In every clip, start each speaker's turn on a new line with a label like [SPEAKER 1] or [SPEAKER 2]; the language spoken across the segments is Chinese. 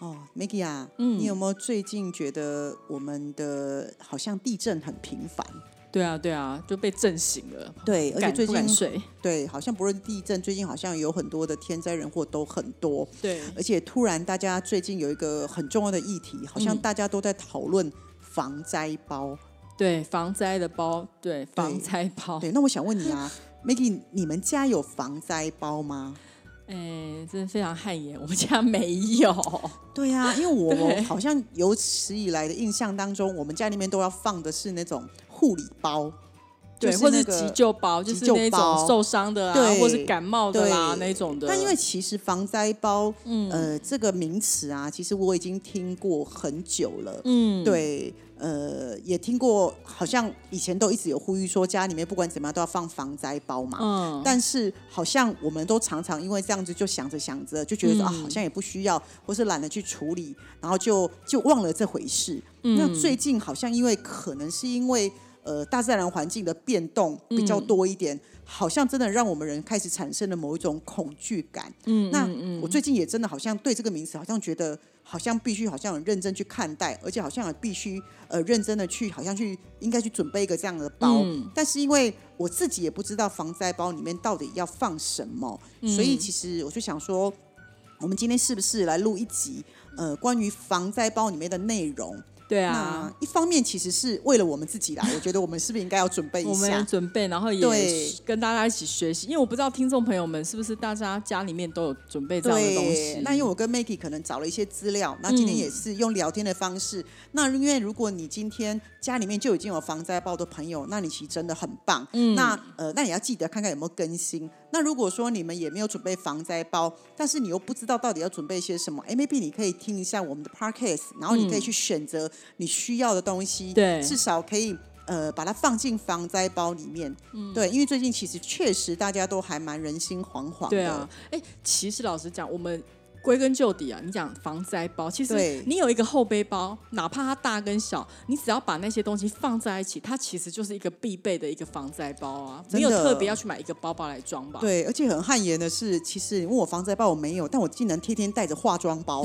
[SPEAKER 1] 哦，Maggie 啊，
[SPEAKER 2] 嗯
[SPEAKER 1] 你有没有最近觉得我们的好像地震很频繁？
[SPEAKER 2] 对啊，对啊，就被震醒了，
[SPEAKER 1] 对，而且
[SPEAKER 2] 敢
[SPEAKER 1] 最
[SPEAKER 2] 不
[SPEAKER 1] 近
[SPEAKER 2] 敢睡。
[SPEAKER 1] 对，好像不论地震，最近好像有很多的天灾人祸都很多，
[SPEAKER 2] 对
[SPEAKER 1] 而且突然大家最近有一个很重要的议题，好像
[SPEAKER 2] 嗯
[SPEAKER 1] 大家都在讨论防灾包。
[SPEAKER 2] 对，防灾的包，对，防灾包。
[SPEAKER 1] 对，那我想问你 啊，Maggie，你们家有防灾包吗？
[SPEAKER 2] 哎，真的非常汗颜，我们家没 有。
[SPEAKER 1] 对呀、因为我
[SPEAKER 2] 对
[SPEAKER 1] 我好像有史以来的印象当中，我们家里面都要放的是那种护理包，
[SPEAKER 2] 对，
[SPEAKER 1] 就是
[SPEAKER 2] 或
[SPEAKER 1] 那
[SPEAKER 2] 是
[SPEAKER 1] 个
[SPEAKER 2] 急救包，就
[SPEAKER 1] 急
[SPEAKER 2] 是
[SPEAKER 1] 救
[SPEAKER 2] 那
[SPEAKER 1] 包
[SPEAKER 2] 种受伤的啊，
[SPEAKER 1] 对
[SPEAKER 2] 或是感冒的啦
[SPEAKER 1] 对
[SPEAKER 2] 那种的。
[SPEAKER 1] 但因为其实防灾包，
[SPEAKER 2] 嗯
[SPEAKER 1] 呃，这个名词啊，其实我已经听过很久了。
[SPEAKER 2] 嗯，
[SPEAKER 1] 对，呃，也听过，好像以前都一直有呼吁说，家里面不管怎么样都要放防灾包嘛。
[SPEAKER 2] 嗯，
[SPEAKER 1] 但是好像我们都常常因为这样子就想着想着就觉得说、啊，
[SPEAKER 2] 嗯
[SPEAKER 1] 好像也不需要，或是懒得去处理，然后就就忘了这回事。
[SPEAKER 2] 嗯
[SPEAKER 1] 那最近好像因为可能是因为呃大自然环境的变动
[SPEAKER 2] 嗯
[SPEAKER 1] 比较多一点，好像真的让我们人开始产生了某一种恐惧感。
[SPEAKER 2] 嗯，
[SPEAKER 1] 那
[SPEAKER 2] 嗯
[SPEAKER 1] 我最近也真的好像对这个名词好像觉得好像必须好像很认真去看待，而且好像也必须呃认真的去好像去应该去准备一个这样的包。
[SPEAKER 2] 嗯
[SPEAKER 1] 但是因为我自己也不知道防灾包里面到底要放什么，
[SPEAKER 2] 嗯
[SPEAKER 1] 所以其实我就想说，我们今天是不是来录一集呃关于防灾包里面的内容？
[SPEAKER 2] 对啊
[SPEAKER 1] 那，一方面其实是为了我们自己啦，我觉得我们是不是应该要准备一
[SPEAKER 2] 我
[SPEAKER 1] 下
[SPEAKER 2] 们？准备，然后也
[SPEAKER 1] 对
[SPEAKER 2] 跟大家一起学习，因为我不知道听众朋友们是不是大家家里面都有准备这样的东西。嗯
[SPEAKER 1] 那因为我跟 Maggie 可能找了一些资料，那今天也是用聊天的方式。那因为如果你今天家里面就已经有防灾报的朋友，那你其实真的很棒。嗯，那呃，那也要记得看看有没有更新。那如果说你们也没有准备防灾包，但是你又不知道到底要准备些什么，哎，maybe 你可以听一下我们的 podcast，然后你可以去选择你需要的东西，
[SPEAKER 2] 嗯对
[SPEAKER 1] 至少可以。呃，把它放进防灾包里面，嗯、对，因为最近其实确实大家都还蛮人心惶惶的，
[SPEAKER 2] 对啊，哎、其实老实讲，我们归根究底啊，你讲防灾包，其
[SPEAKER 1] 对
[SPEAKER 2] 实你有一个后背包，哪怕它大跟小，你只要把那些东西放在一起，它其实就是一个必备的一个防灾包啊，
[SPEAKER 1] 真
[SPEAKER 2] 没
[SPEAKER 1] 的
[SPEAKER 2] 有特别要去买一个包包来装吧。
[SPEAKER 1] 对，而且很汗颜的是，其实你问我防灾包我没有，但我竟然天天带着化妆 包。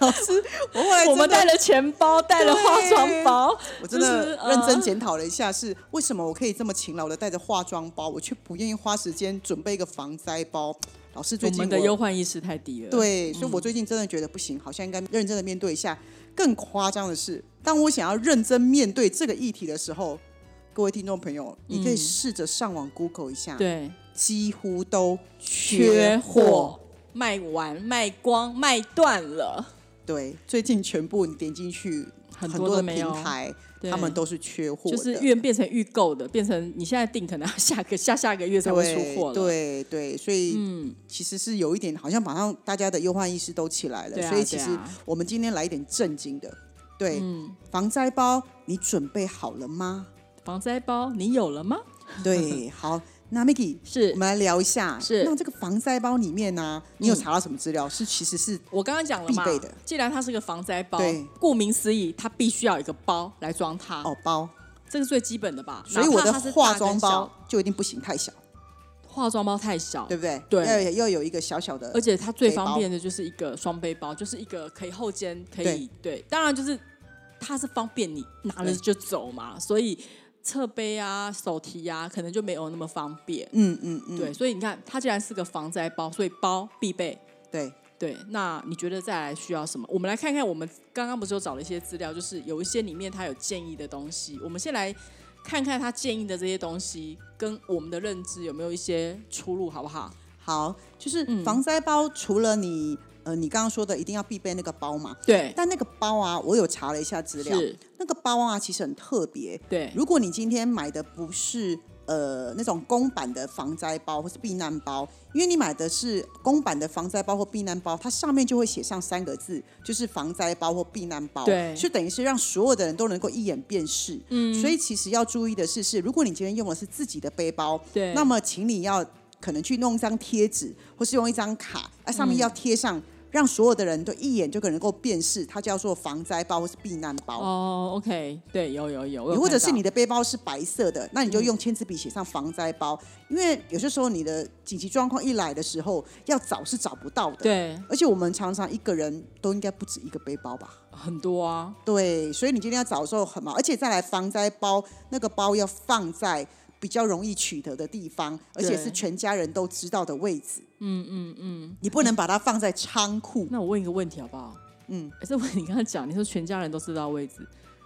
[SPEAKER 1] 老师，我后来
[SPEAKER 2] 我们
[SPEAKER 1] 哎真的
[SPEAKER 2] 带了钱包，带了化妆包，
[SPEAKER 1] 我真
[SPEAKER 2] 就
[SPEAKER 1] 的
[SPEAKER 2] 是呃
[SPEAKER 1] 认真检讨了一下，是为什么我可以这么勤劳的带着化妆包，我却不愿意花时间准备一个防灾包。老师最
[SPEAKER 2] 我
[SPEAKER 1] 近
[SPEAKER 2] 们的忧患意识太低了。，嗯
[SPEAKER 1] 对，所以我最近真的觉得不行，好像应该认真的面对一下。更夸张的是，当我想要认真面对这个议题的时候，各位听众朋友，你可以
[SPEAKER 2] 嗯
[SPEAKER 1] 试着上网 Google 一下，
[SPEAKER 2] 对，
[SPEAKER 1] 几乎都
[SPEAKER 2] 缺货。卖完、卖光、卖断了，
[SPEAKER 1] 对，最近全部你点进去
[SPEAKER 2] 很
[SPEAKER 1] 很
[SPEAKER 2] 多
[SPEAKER 1] 多
[SPEAKER 2] 都
[SPEAKER 1] 的
[SPEAKER 2] 没
[SPEAKER 1] 平
[SPEAKER 2] 有
[SPEAKER 1] 台，
[SPEAKER 2] 对
[SPEAKER 1] 他们都是缺货的，
[SPEAKER 2] 就是预变成预购的，变成你现在订，可能要下个下下个月才会
[SPEAKER 1] 对
[SPEAKER 2] 出货了。
[SPEAKER 1] 对对，所以、
[SPEAKER 2] 嗯，
[SPEAKER 1] 其实是有一点，好像马上大家的忧患意识都起来了，
[SPEAKER 2] 对啊
[SPEAKER 1] 所以其实
[SPEAKER 2] 对啊
[SPEAKER 1] 我们今天来一点正经的。对，
[SPEAKER 2] 嗯
[SPEAKER 1] 防灾包你准备好了 吗？
[SPEAKER 2] 防灾包你有了吗？
[SPEAKER 1] 对，好，那 Maggie，
[SPEAKER 2] 是
[SPEAKER 1] 我们来聊一下。
[SPEAKER 2] 是
[SPEAKER 1] 那这个防灾包里面呢、啊你有
[SPEAKER 2] 嗯
[SPEAKER 1] 查到什么资料？是其实是
[SPEAKER 2] 我刚刚讲了嘛，
[SPEAKER 1] 必备的
[SPEAKER 2] 既然它是个防灾包
[SPEAKER 1] 对，
[SPEAKER 2] 顾名思义，它必须要有一个包来装它，
[SPEAKER 1] 哦包，
[SPEAKER 2] 这是最基本的吧？
[SPEAKER 1] 所以我的
[SPEAKER 2] 哪怕它是大
[SPEAKER 1] 化
[SPEAKER 2] 跟
[SPEAKER 1] 妆包
[SPEAKER 2] 小，
[SPEAKER 1] 就一定不行，太小，
[SPEAKER 2] 化妆包太小，
[SPEAKER 1] 对不对？
[SPEAKER 2] 对
[SPEAKER 1] 要有要有一个小小的，
[SPEAKER 2] 而且它最方便的就是一个双背包，就是一个可以后肩可以对当然就是它是方便你拿了
[SPEAKER 1] 对
[SPEAKER 2] 就走嘛，所以侧背啊、手提啊，可能就没有那么方便。
[SPEAKER 1] 嗯嗯嗯，
[SPEAKER 2] 对，所以你看，它既然是个防灾包，所以包必备，
[SPEAKER 1] 对，
[SPEAKER 2] 对，那你觉得再来需要什么？我们来看看，我们刚刚不是有找了一些资料，就是有一些里面它有建议的东西，我们先来看看它建议的这些东西跟我们的认知有没有一些出入，好不好？
[SPEAKER 1] 好，就是
[SPEAKER 2] 嗯
[SPEAKER 1] 防灾包，除了你呃你刚刚说的一定要必备那个包嘛，
[SPEAKER 2] 对，
[SPEAKER 1] 但那个包啊，我有查了一下资料，
[SPEAKER 2] 是，
[SPEAKER 1] 那个包啊其实很特别。
[SPEAKER 2] 对，
[SPEAKER 1] 如果你今天买的不是呃那种公版的防灾包或是避难包，因为你买的是公版的防灾包或避难包，它上面就会写上三个字，就是防灾包或避难包，
[SPEAKER 2] 对
[SPEAKER 1] 就等于是让所有的人都能够一眼辨识。嗯，所以其实要注意的是，是如果你今天用的是自己的背包，
[SPEAKER 2] 对
[SPEAKER 1] 那么请你要可能去弄一张贴纸，或是用一张卡，啊，上面要贴上。让所有的人都一眼就可能够辨识，它叫做防灾包或是避难包。
[SPEAKER 2] 哦，OK，对，有有有，我有
[SPEAKER 1] 或者
[SPEAKER 2] 看
[SPEAKER 1] 是
[SPEAKER 2] 到嗯
[SPEAKER 1] 你的背包是白色的，那你就用签字笔写上防灾包，因为有些时候你的紧急状况一来的时候，要找是找不到的。，
[SPEAKER 2] 对
[SPEAKER 1] 而且我们常常一个人都应该不止一个背包吧？
[SPEAKER 2] 很多啊，
[SPEAKER 1] 对，所以你今天要找的时候很忙，而且再来防灾包那个包要放在比较容易取得的地方，而且
[SPEAKER 2] 对
[SPEAKER 1] 是全家人都知道的位置。嗯嗯嗯，你不能把它放在仓库。
[SPEAKER 2] 那我问一个问题好不好？
[SPEAKER 1] 嗯，
[SPEAKER 2] 诶这问你刚刚讲，你说全家人都知道位置，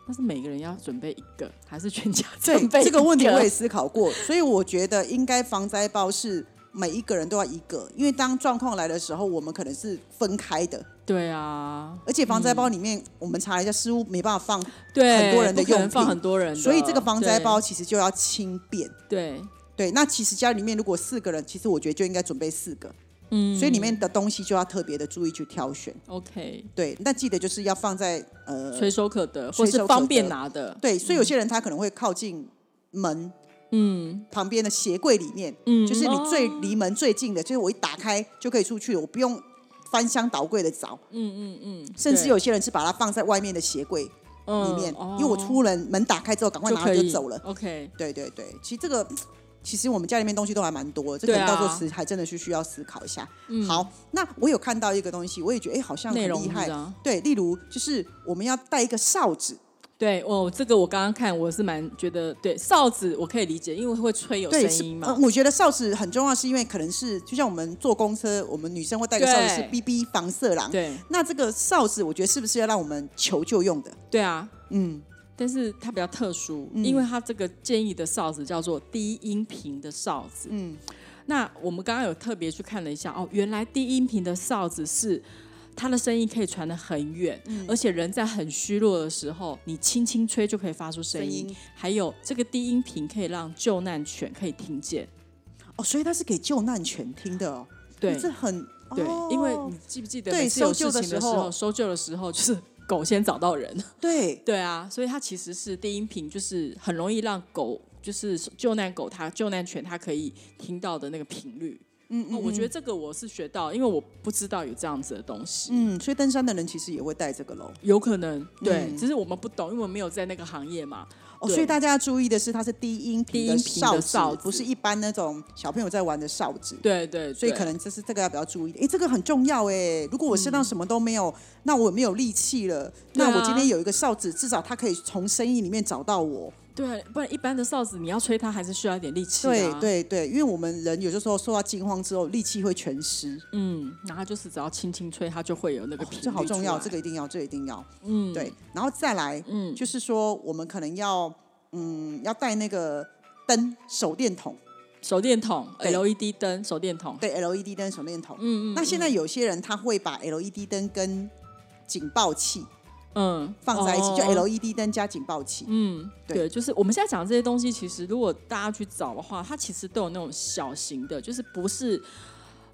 [SPEAKER 2] 但是每个人要准备一个，还是全家
[SPEAKER 1] 对
[SPEAKER 2] 准备
[SPEAKER 1] 这个问题
[SPEAKER 2] 一
[SPEAKER 1] 我也思考过，所以我觉得应该防灾包是每一个人都要一个，因为当状况来的时候，我们可能是分开的，
[SPEAKER 2] 对啊，
[SPEAKER 1] 而且防灾包里面、我们查了一下，似乎没办法放，
[SPEAKER 2] 对，
[SPEAKER 1] 很多人的
[SPEAKER 2] 不可能
[SPEAKER 1] 用
[SPEAKER 2] 放
[SPEAKER 1] 品
[SPEAKER 2] 很多人的，
[SPEAKER 1] 所以这个防灾
[SPEAKER 2] 对
[SPEAKER 1] 包其实就要轻便。
[SPEAKER 2] 对
[SPEAKER 1] 对，那其实家里面如果四个人，其实我觉得就应该准备四个，
[SPEAKER 2] 嗯
[SPEAKER 1] 所以里面的东西就要特别的注意去挑选。
[SPEAKER 2] OK，
[SPEAKER 1] 对，那记得就是要放在呃，
[SPEAKER 2] 垂手可得或
[SPEAKER 1] 垂手
[SPEAKER 2] 是
[SPEAKER 1] 可
[SPEAKER 2] 方便
[SPEAKER 1] 得
[SPEAKER 2] 拿的，
[SPEAKER 1] 对，所以有些人他可能会靠近门
[SPEAKER 2] 嗯
[SPEAKER 1] 旁边的鞋柜里面，
[SPEAKER 2] 嗯，
[SPEAKER 1] 就是你最
[SPEAKER 2] 哦
[SPEAKER 1] 离门最近的，就是我一打开就可以出去了，我不用翻箱倒柜的找。
[SPEAKER 2] 嗯嗯嗯，
[SPEAKER 1] 甚至
[SPEAKER 2] 对
[SPEAKER 1] 有些人是把它放在外面的鞋柜里
[SPEAKER 2] 嗯
[SPEAKER 1] 面，
[SPEAKER 2] 哦
[SPEAKER 1] 因为我出门门打开之后，赶快
[SPEAKER 2] 就
[SPEAKER 1] 拿
[SPEAKER 2] 可
[SPEAKER 1] 了就
[SPEAKER 2] 以
[SPEAKER 1] 走了。
[SPEAKER 2] OK，
[SPEAKER 1] 对对对，其实这个。其实我们家里面东西都还蛮多的，这
[SPEAKER 2] 对
[SPEAKER 1] 可
[SPEAKER 2] 啊嗯
[SPEAKER 1] 能到时候思还真的是需要思考一下。好，那我有看到一个东西，我也觉得哎，好像
[SPEAKER 2] 内
[SPEAKER 1] 很
[SPEAKER 2] 容
[SPEAKER 1] 厉
[SPEAKER 2] 是
[SPEAKER 1] 害。
[SPEAKER 2] 啊，
[SPEAKER 1] 对，例如就是我们要带一个哨子，
[SPEAKER 2] 对哦，这个我刚刚看我是蛮觉得对哨子我可以理解，因为会吹有
[SPEAKER 1] 对，
[SPEAKER 2] 声
[SPEAKER 1] 是、
[SPEAKER 2] 音
[SPEAKER 1] 呃
[SPEAKER 2] 嘛，
[SPEAKER 1] 我觉得哨子很重要，是因为可能是就像我们坐公车，我们女生会带个哨子是
[SPEAKER 2] 对
[SPEAKER 1] BB 防色狼，
[SPEAKER 2] 对
[SPEAKER 1] 那这个哨子，我觉得是不是要让我们求救用的？
[SPEAKER 2] 对啊，
[SPEAKER 1] 嗯，
[SPEAKER 2] 但是它比较特殊，因为它这个建议的哨子叫做低音频的哨子。嗯，那我们刚刚有特别去看了一下，哦，原来低音频的哨子是它的声音可以传得很远，
[SPEAKER 1] 嗯
[SPEAKER 2] 而且人在很虚弱的时候，你轻轻吹就可以发出声音。
[SPEAKER 1] 声音
[SPEAKER 2] 还有这个低音频可以让救难犬可以听见。
[SPEAKER 1] 哦，所以它是给救难犬听的哦。
[SPEAKER 2] 对
[SPEAKER 1] 这很
[SPEAKER 2] 对，
[SPEAKER 1] 哦
[SPEAKER 2] 因为你记不记得
[SPEAKER 1] 对
[SPEAKER 2] 每次
[SPEAKER 1] 搜
[SPEAKER 2] 有
[SPEAKER 1] 救
[SPEAKER 2] 事
[SPEAKER 1] 的
[SPEAKER 2] 情的时
[SPEAKER 1] 时
[SPEAKER 2] 候，
[SPEAKER 1] 候
[SPEAKER 2] 搜救的时候就是狗先找到人。
[SPEAKER 1] 对
[SPEAKER 2] 对啊，所以它其实是低音频，就是很容易让狗，就是救难狗它救难犬它可以听到的那个频率。嗯嗯我觉得这个我是学到，因为我不知道有这样子的东西，
[SPEAKER 1] 嗯，所以登山的人其实也会带这个喽。
[SPEAKER 2] 有可能对，
[SPEAKER 1] 嗯
[SPEAKER 2] 只是我们不懂，因为我们没有在那个行业嘛。
[SPEAKER 1] 哦，
[SPEAKER 2] 对
[SPEAKER 1] 所以大家要注意的是，它是低音频
[SPEAKER 2] 低音频
[SPEAKER 1] 哨
[SPEAKER 2] 的
[SPEAKER 1] 子，
[SPEAKER 2] 哨子
[SPEAKER 1] 不是一般那种小朋友在玩的哨子。
[SPEAKER 2] 对对
[SPEAKER 1] 所以
[SPEAKER 2] 对
[SPEAKER 1] 可能这是这个要比较注意的。哎，这个很重要哎。如果我身上什么都没有，那我没有力气了，
[SPEAKER 2] 嗯对啊
[SPEAKER 1] 那我今天有一个哨子，至少它可以从声音里面找到我。
[SPEAKER 2] 对，不然一般的哨子你要吹它还是需要一点力气、啊。
[SPEAKER 1] 对，对对，因为我们人有的时候受到惊慌之后，力气会全失，
[SPEAKER 2] 嗯，然后就是只要轻轻吹，它就会有那哦个频率、
[SPEAKER 1] 哦这好重要，这个一定要，这个一定要。嗯，对，然后再来，
[SPEAKER 2] 嗯
[SPEAKER 1] 就是说我们可能要，嗯，要带那个灯、手电筒，
[SPEAKER 2] 手电筒、
[SPEAKER 1] 对
[SPEAKER 2] LED 灯、手电筒，
[SPEAKER 1] 对，LED 灯、手电筒。
[SPEAKER 2] 嗯嗯
[SPEAKER 1] 那现在有些人他会把 LED 灯跟警报器
[SPEAKER 2] 嗯，
[SPEAKER 1] 放在一起，就
[SPEAKER 2] 哦
[SPEAKER 1] LED 灯加警报器。
[SPEAKER 2] 嗯，
[SPEAKER 1] 对
[SPEAKER 2] 对，就是我们现在讲的这些东西，其实如果大家去找的话，它其实都有那种小型的，就是不是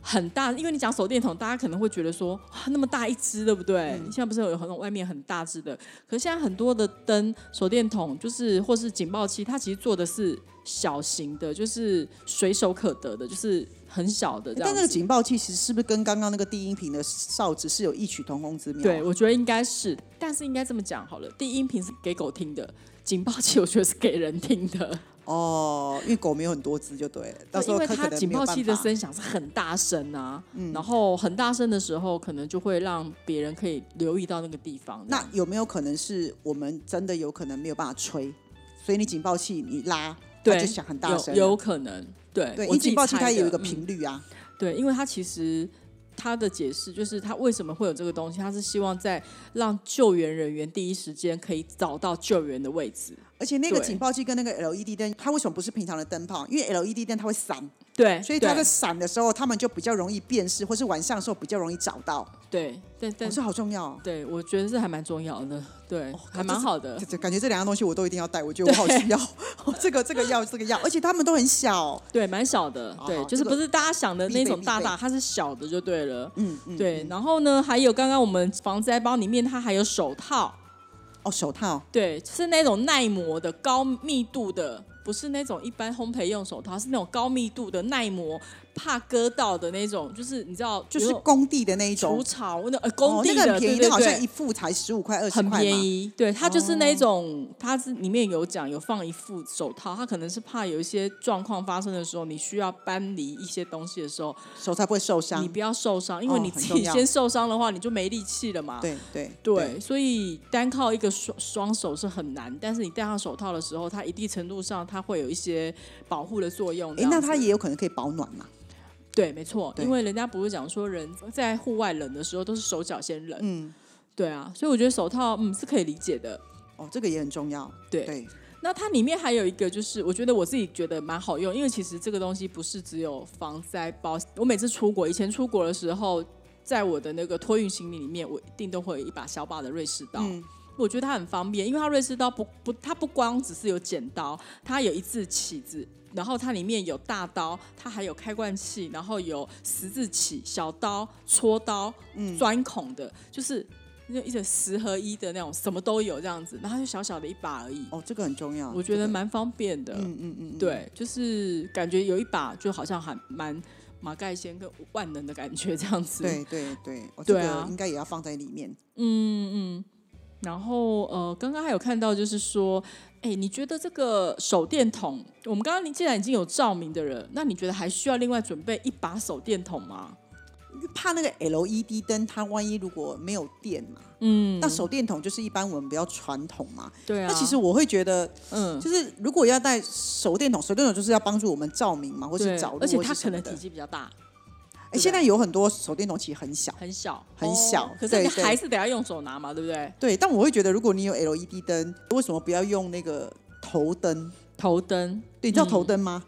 [SPEAKER 2] 很大。因为你讲手电筒，大家可能会觉得说哇，那么大一只，对不对？
[SPEAKER 1] 嗯
[SPEAKER 2] 现在不是有很多外面很大只的，可是现在很多的灯、手电筒，就是或是警报器，它其实做的是小型的，就是随手可得的，就是很小的这样
[SPEAKER 1] 但
[SPEAKER 2] 子。
[SPEAKER 1] 那个警报器其实是不是跟刚刚那个低音频的哨子是有异曲同工之妙？
[SPEAKER 2] 对，，我觉得应该是，但是应该这么讲好了，低音频是给狗听的，警报器我觉得是给人听的。
[SPEAKER 1] 哦，因为狗没有很多只就对了，到时
[SPEAKER 2] 因
[SPEAKER 1] 候
[SPEAKER 2] 为
[SPEAKER 1] 它
[SPEAKER 2] 它
[SPEAKER 1] 可能
[SPEAKER 2] 警
[SPEAKER 1] 没有
[SPEAKER 2] 报
[SPEAKER 1] 办
[SPEAKER 2] 器的
[SPEAKER 1] 法嗯
[SPEAKER 2] 声响是很大声啊，然后很大声的时候，可能就会让别人可以留意到那个地方。
[SPEAKER 1] 那有没有可能是我们真的有可能没有办法吹，所以你警报器你拉，它
[SPEAKER 2] 对
[SPEAKER 1] 就响很大声了。
[SPEAKER 2] 有有可能，对，
[SPEAKER 1] 对，因
[SPEAKER 2] 我
[SPEAKER 1] 为
[SPEAKER 2] 自己
[SPEAKER 1] 警报器它
[SPEAKER 2] 猜的
[SPEAKER 1] 也有一个、
[SPEAKER 2] 嗯
[SPEAKER 1] 频率啊。
[SPEAKER 2] 对，因为它其实。它的解释就是，它为什么会有这个东西？它是希望在让救援人员第一时间可以找到救援的位置。
[SPEAKER 1] 而且那个 E
[SPEAKER 2] 对
[SPEAKER 1] 警报器跟那个 LED E 灯，它为什么不是平常的灯泡？因为 LED 灯它会闪，
[SPEAKER 2] 对，
[SPEAKER 1] 所以
[SPEAKER 2] 对
[SPEAKER 1] 它在闪的时候，他们就比较容易辨识，或是晚上的时候比较容易找到。
[SPEAKER 2] 对，但
[SPEAKER 1] 我
[SPEAKER 2] 但
[SPEAKER 1] 说好重要、哦。哦
[SPEAKER 2] 对我觉得这还蛮重要的，对，还蛮好的
[SPEAKER 1] 这，这感觉这两样东西我都一定要带，我觉得我好需要。 这个这个要这个要，而且他们都很小。
[SPEAKER 2] 对，蛮小的，
[SPEAKER 1] 好
[SPEAKER 2] 对
[SPEAKER 1] 好，
[SPEAKER 2] 就
[SPEAKER 1] 哦这
[SPEAKER 2] 是
[SPEAKER 1] 个
[SPEAKER 2] 不是大家想的
[SPEAKER 1] 必
[SPEAKER 2] 那
[SPEAKER 1] 备
[SPEAKER 2] 种
[SPEAKER 1] 必
[SPEAKER 2] 大
[SPEAKER 1] 备
[SPEAKER 2] 大，它是小的就对了，
[SPEAKER 1] 嗯嗯，
[SPEAKER 2] 对。然后呢，还有刚刚我们防灾包里面它还有手套，
[SPEAKER 1] 哦，手套
[SPEAKER 2] 对，是那种耐磨的、高密度的，不是那种一般烘焙用手套，是那种高密度的、耐磨、怕割到的那种，就是你知道，
[SPEAKER 1] 就是
[SPEAKER 2] 有那种
[SPEAKER 1] 工地的那一
[SPEAKER 2] 除
[SPEAKER 1] 种，
[SPEAKER 2] 草那呃工地
[SPEAKER 1] 哦、
[SPEAKER 2] 的，
[SPEAKER 1] 那个很便宜，
[SPEAKER 2] 对
[SPEAKER 1] 那好
[SPEAKER 2] 对
[SPEAKER 1] 像一
[SPEAKER 2] 对。
[SPEAKER 1] 副才十五块二十
[SPEAKER 2] 很
[SPEAKER 1] 块
[SPEAKER 2] 便
[SPEAKER 1] 嘛。哦
[SPEAKER 2] 宜，对，它就是那种，它是里面有讲有放一副手套，它可能是怕有一些状况发生的时候，你需要搬离一些东西的时候，
[SPEAKER 1] 手才不会受伤
[SPEAKER 2] 你。不要受伤，因
[SPEAKER 1] 哦
[SPEAKER 2] 为你
[SPEAKER 1] 很
[SPEAKER 2] 自
[SPEAKER 1] 重
[SPEAKER 2] 己
[SPEAKER 1] 要
[SPEAKER 2] 先受伤的话，你就没力气了嘛。
[SPEAKER 1] 对对
[SPEAKER 2] 对，所以单靠一个双双手是很难，但是你戴上手套的时候，它一定程度上它会有一些保护的作用。
[SPEAKER 1] 哎，
[SPEAKER 2] 这
[SPEAKER 1] 那
[SPEAKER 2] 样子
[SPEAKER 1] 它也有可能可以保暖嘛？
[SPEAKER 2] 对，没错，
[SPEAKER 1] 对
[SPEAKER 2] 因为人家不是讲说人在户外冷的时候都是手脚先冷，
[SPEAKER 1] 嗯，
[SPEAKER 2] 对啊，所以我觉得手套嗯是可以理解的。
[SPEAKER 1] 哦，这个也很重要。
[SPEAKER 2] 对，
[SPEAKER 1] 对，
[SPEAKER 2] 那它里面还有一个就是，我觉得我自己觉得蛮好用，因为其实这个东西不是只有防灾包，我每次出国，以前出国的时候，在我的那个托运行李里面，我一定都会有一把小把的瑞士刀。
[SPEAKER 1] 嗯
[SPEAKER 2] 我觉得它很方便，因为它瑞士刀不不，它不光只是有剪刀，它有一字起子，然后它里面有大刀，它还有开罐器，然后有十字起、小刀、戳刀、钻孔的，就是那一种十合一的那种，什么都有这样子，然后就小小的一把而已，
[SPEAKER 1] 哦，这个很重要。
[SPEAKER 2] 我觉
[SPEAKER 1] 这
[SPEAKER 2] 得
[SPEAKER 1] 个，
[SPEAKER 2] 蛮方便的。
[SPEAKER 1] 嗯嗯嗯，嗯，
[SPEAKER 2] 对，就是感觉有一把就好像还蛮马盖先跟万能的感觉这样子。
[SPEAKER 1] 对对对，哦，这
[SPEAKER 2] 对
[SPEAKER 1] 个
[SPEAKER 2] 啊
[SPEAKER 1] 应该也要放在里面。
[SPEAKER 2] 然后呃，刚刚还有看到就是说，哎，你觉得这个手电筒，我们刚刚你既然已经有照明的人，那你觉得还需要另外准备一把手电筒吗？
[SPEAKER 1] 怕那个 LED 灯，它万一如果没有电嘛，
[SPEAKER 2] 嗯，
[SPEAKER 1] 那手电筒就是一般我们比较传统嘛。
[SPEAKER 2] 对啊，
[SPEAKER 1] 那其实我会觉得，
[SPEAKER 2] 嗯，
[SPEAKER 1] 就是如果要带手电筒，手电筒就是要帮助我们照明嘛，或
[SPEAKER 2] 对
[SPEAKER 1] 是找路，
[SPEAKER 2] 而且
[SPEAKER 1] 或是
[SPEAKER 2] 它
[SPEAKER 1] 什
[SPEAKER 2] 可
[SPEAKER 1] 么
[SPEAKER 2] 能
[SPEAKER 1] 的
[SPEAKER 2] 体。积比啊较大，
[SPEAKER 1] 哎，现在有很多手电筒其实很小，
[SPEAKER 2] 很小，
[SPEAKER 1] 很
[SPEAKER 2] 哦
[SPEAKER 1] 小
[SPEAKER 2] 可是
[SPEAKER 1] 对
[SPEAKER 2] 你
[SPEAKER 1] 对
[SPEAKER 2] 还是得要用手拿嘛，对不对？
[SPEAKER 1] 对。但我会觉得，如果你有 LED 灯，为什么不要用那个头灯？
[SPEAKER 2] 头灯，
[SPEAKER 1] 对，你知道头灯吗？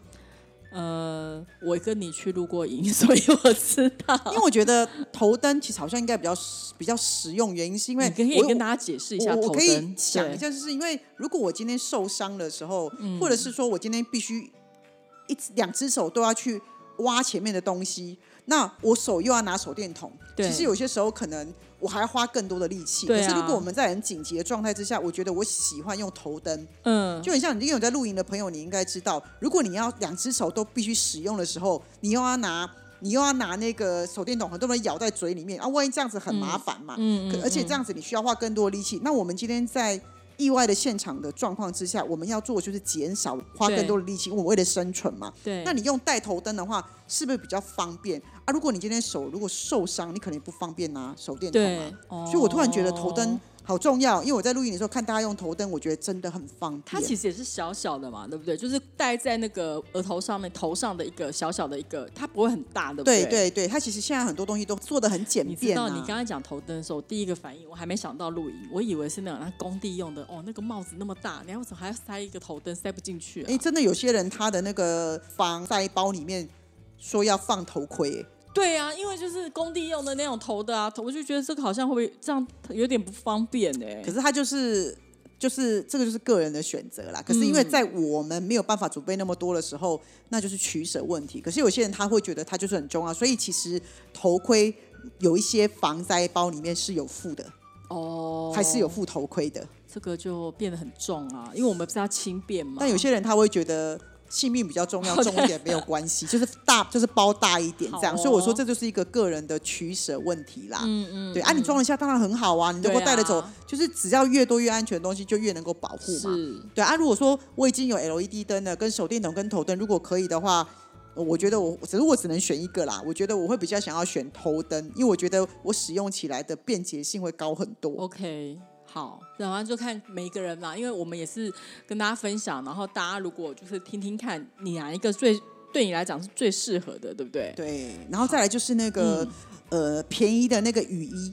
[SPEAKER 2] 呃，我跟你去露过营，所以我知道。
[SPEAKER 1] 因为我觉得头灯其实好像应该比较实比较实用，原因是因为
[SPEAKER 2] 你可以
[SPEAKER 1] 我
[SPEAKER 2] 跟大家解释一下
[SPEAKER 1] 我我
[SPEAKER 2] 头
[SPEAKER 1] 可以
[SPEAKER 2] 灯，
[SPEAKER 1] 想一
[SPEAKER 2] 对嗯
[SPEAKER 1] 下，就是因为如果我今天受伤的时候，或者是说我今天必须一只两只手都要去挖前面的东西，那我手又要拿手电筒，
[SPEAKER 2] 对
[SPEAKER 1] 其实有些时候可能我还要花更多的力气。
[SPEAKER 2] 对
[SPEAKER 1] 可
[SPEAKER 2] 啊
[SPEAKER 1] 是如果我们在很紧急的状态之下，我觉得我喜欢用头灯，
[SPEAKER 2] 嗯，
[SPEAKER 1] 就很像你因为有在露营的朋友，你应该知道，如果你要两只手都必须使用的时候，你又要拿。你又要拿那个手电筒，很多人咬在嘴里面啊，万一这样子很麻烦嘛。
[SPEAKER 2] 嗯
[SPEAKER 1] 可而且这样子你需要花更多力气。那我们今天在意外的现场的状况之下，我们要做的就是减少花
[SPEAKER 2] 对
[SPEAKER 1] 更多的力气，因为我们为了生存嘛。
[SPEAKER 2] 对，
[SPEAKER 1] 那你用带头灯的话，是不是比较方便啊？如果你今天手如果受伤，你可能也不方便拿手电筒
[SPEAKER 2] 对
[SPEAKER 1] 啊。，所以我突然觉得头灯
[SPEAKER 2] 哦。
[SPEAKER 1] 好重要，因为我在录影的时候看大家用头灯，我觉得真的很方便。
[SPEAKER 2] 它其实也是小小的嘛，对不对？就是戴在那个额头上面、头上的一个小小的一个，它不会很大，对不
[SPEAKER 1] 对
[SPEAKER 2] 对
[SPEAKER 1] 对对，它其实现在很多东西都做的很简
[SPEAKER 2] 你知
[SPEAKER 1] 便、啊。
[SPEAKER 2] 道你刚才讲头灯的时候，第一个反应我还没想到露营，我以为是那种那工地用的哦，那个帽子那么大，你要怎么还要塞一个头灯，塞不进去、啊
[SPEAKER 1] 哎、？真的有些人他的那个防晒包里面说要放头盔、欸
[SPEAKER 2] 对啊，因为就是工地用的那种头的啊，我就觉得这个好像会不会这样有点不方便哎、
[SPEAKER 1] 可是他就是就是这个就是个人的选择啦。可是因
[SPEAKER 2] 嗯
[SPEAKER 1] 为在我们没有办法准备那么多的时候，那就是取舍问题。可是有些人他会觉得他就是很重要，所以其实头盔有一些防灾包里面是有附的，
[SPEAKER 2] 哦，
[SPEAKER 1] 还是有附头盔的。
[SPEAKER 2] 这个就变得很重啊，因为我们是要轻便嘛。
[SPEAKER 1] 但有些人他会觉得。性命比较重要，重一点没有关系，就是大，就是包大一点这样。
[SPEAKER 2] 好哦
[SPEAKER 1] 所以我说这就是一个个人的取舍问题啦。
[SPEAKER 2] 嗯嗯，
[SPEAKER 1] 对啊，你装得下当然很好啊，你能够
[SPEAKER 2] 对啊
[SPEAKER 1] 带得走，就是只要越多越安全的东西，就越能够保护嘛。
[SPEAKER 2] 是
[SPEAKER 1] 对啊，如果说我已经有 LED 灯了，跟手电筒跟头灯，如果可以的话，呃我觉得我只是我只能选一个啦。我觉得我会比较想要选头灯，因为我觉得我使用起来的便捷性会高很多。
[SPEAKER 2] OK，好，然后就看每一个人啦，因为我们也是跟大家分享，然后大家如果就是听听看，你哪一个最对你来讲是最适合的，对不对？
[SPEAKER 1] 对，然后再来就是那个、
[SPEAKER 2] 嗯
[SPEAKER 1] 呃便宜的那个雨衣，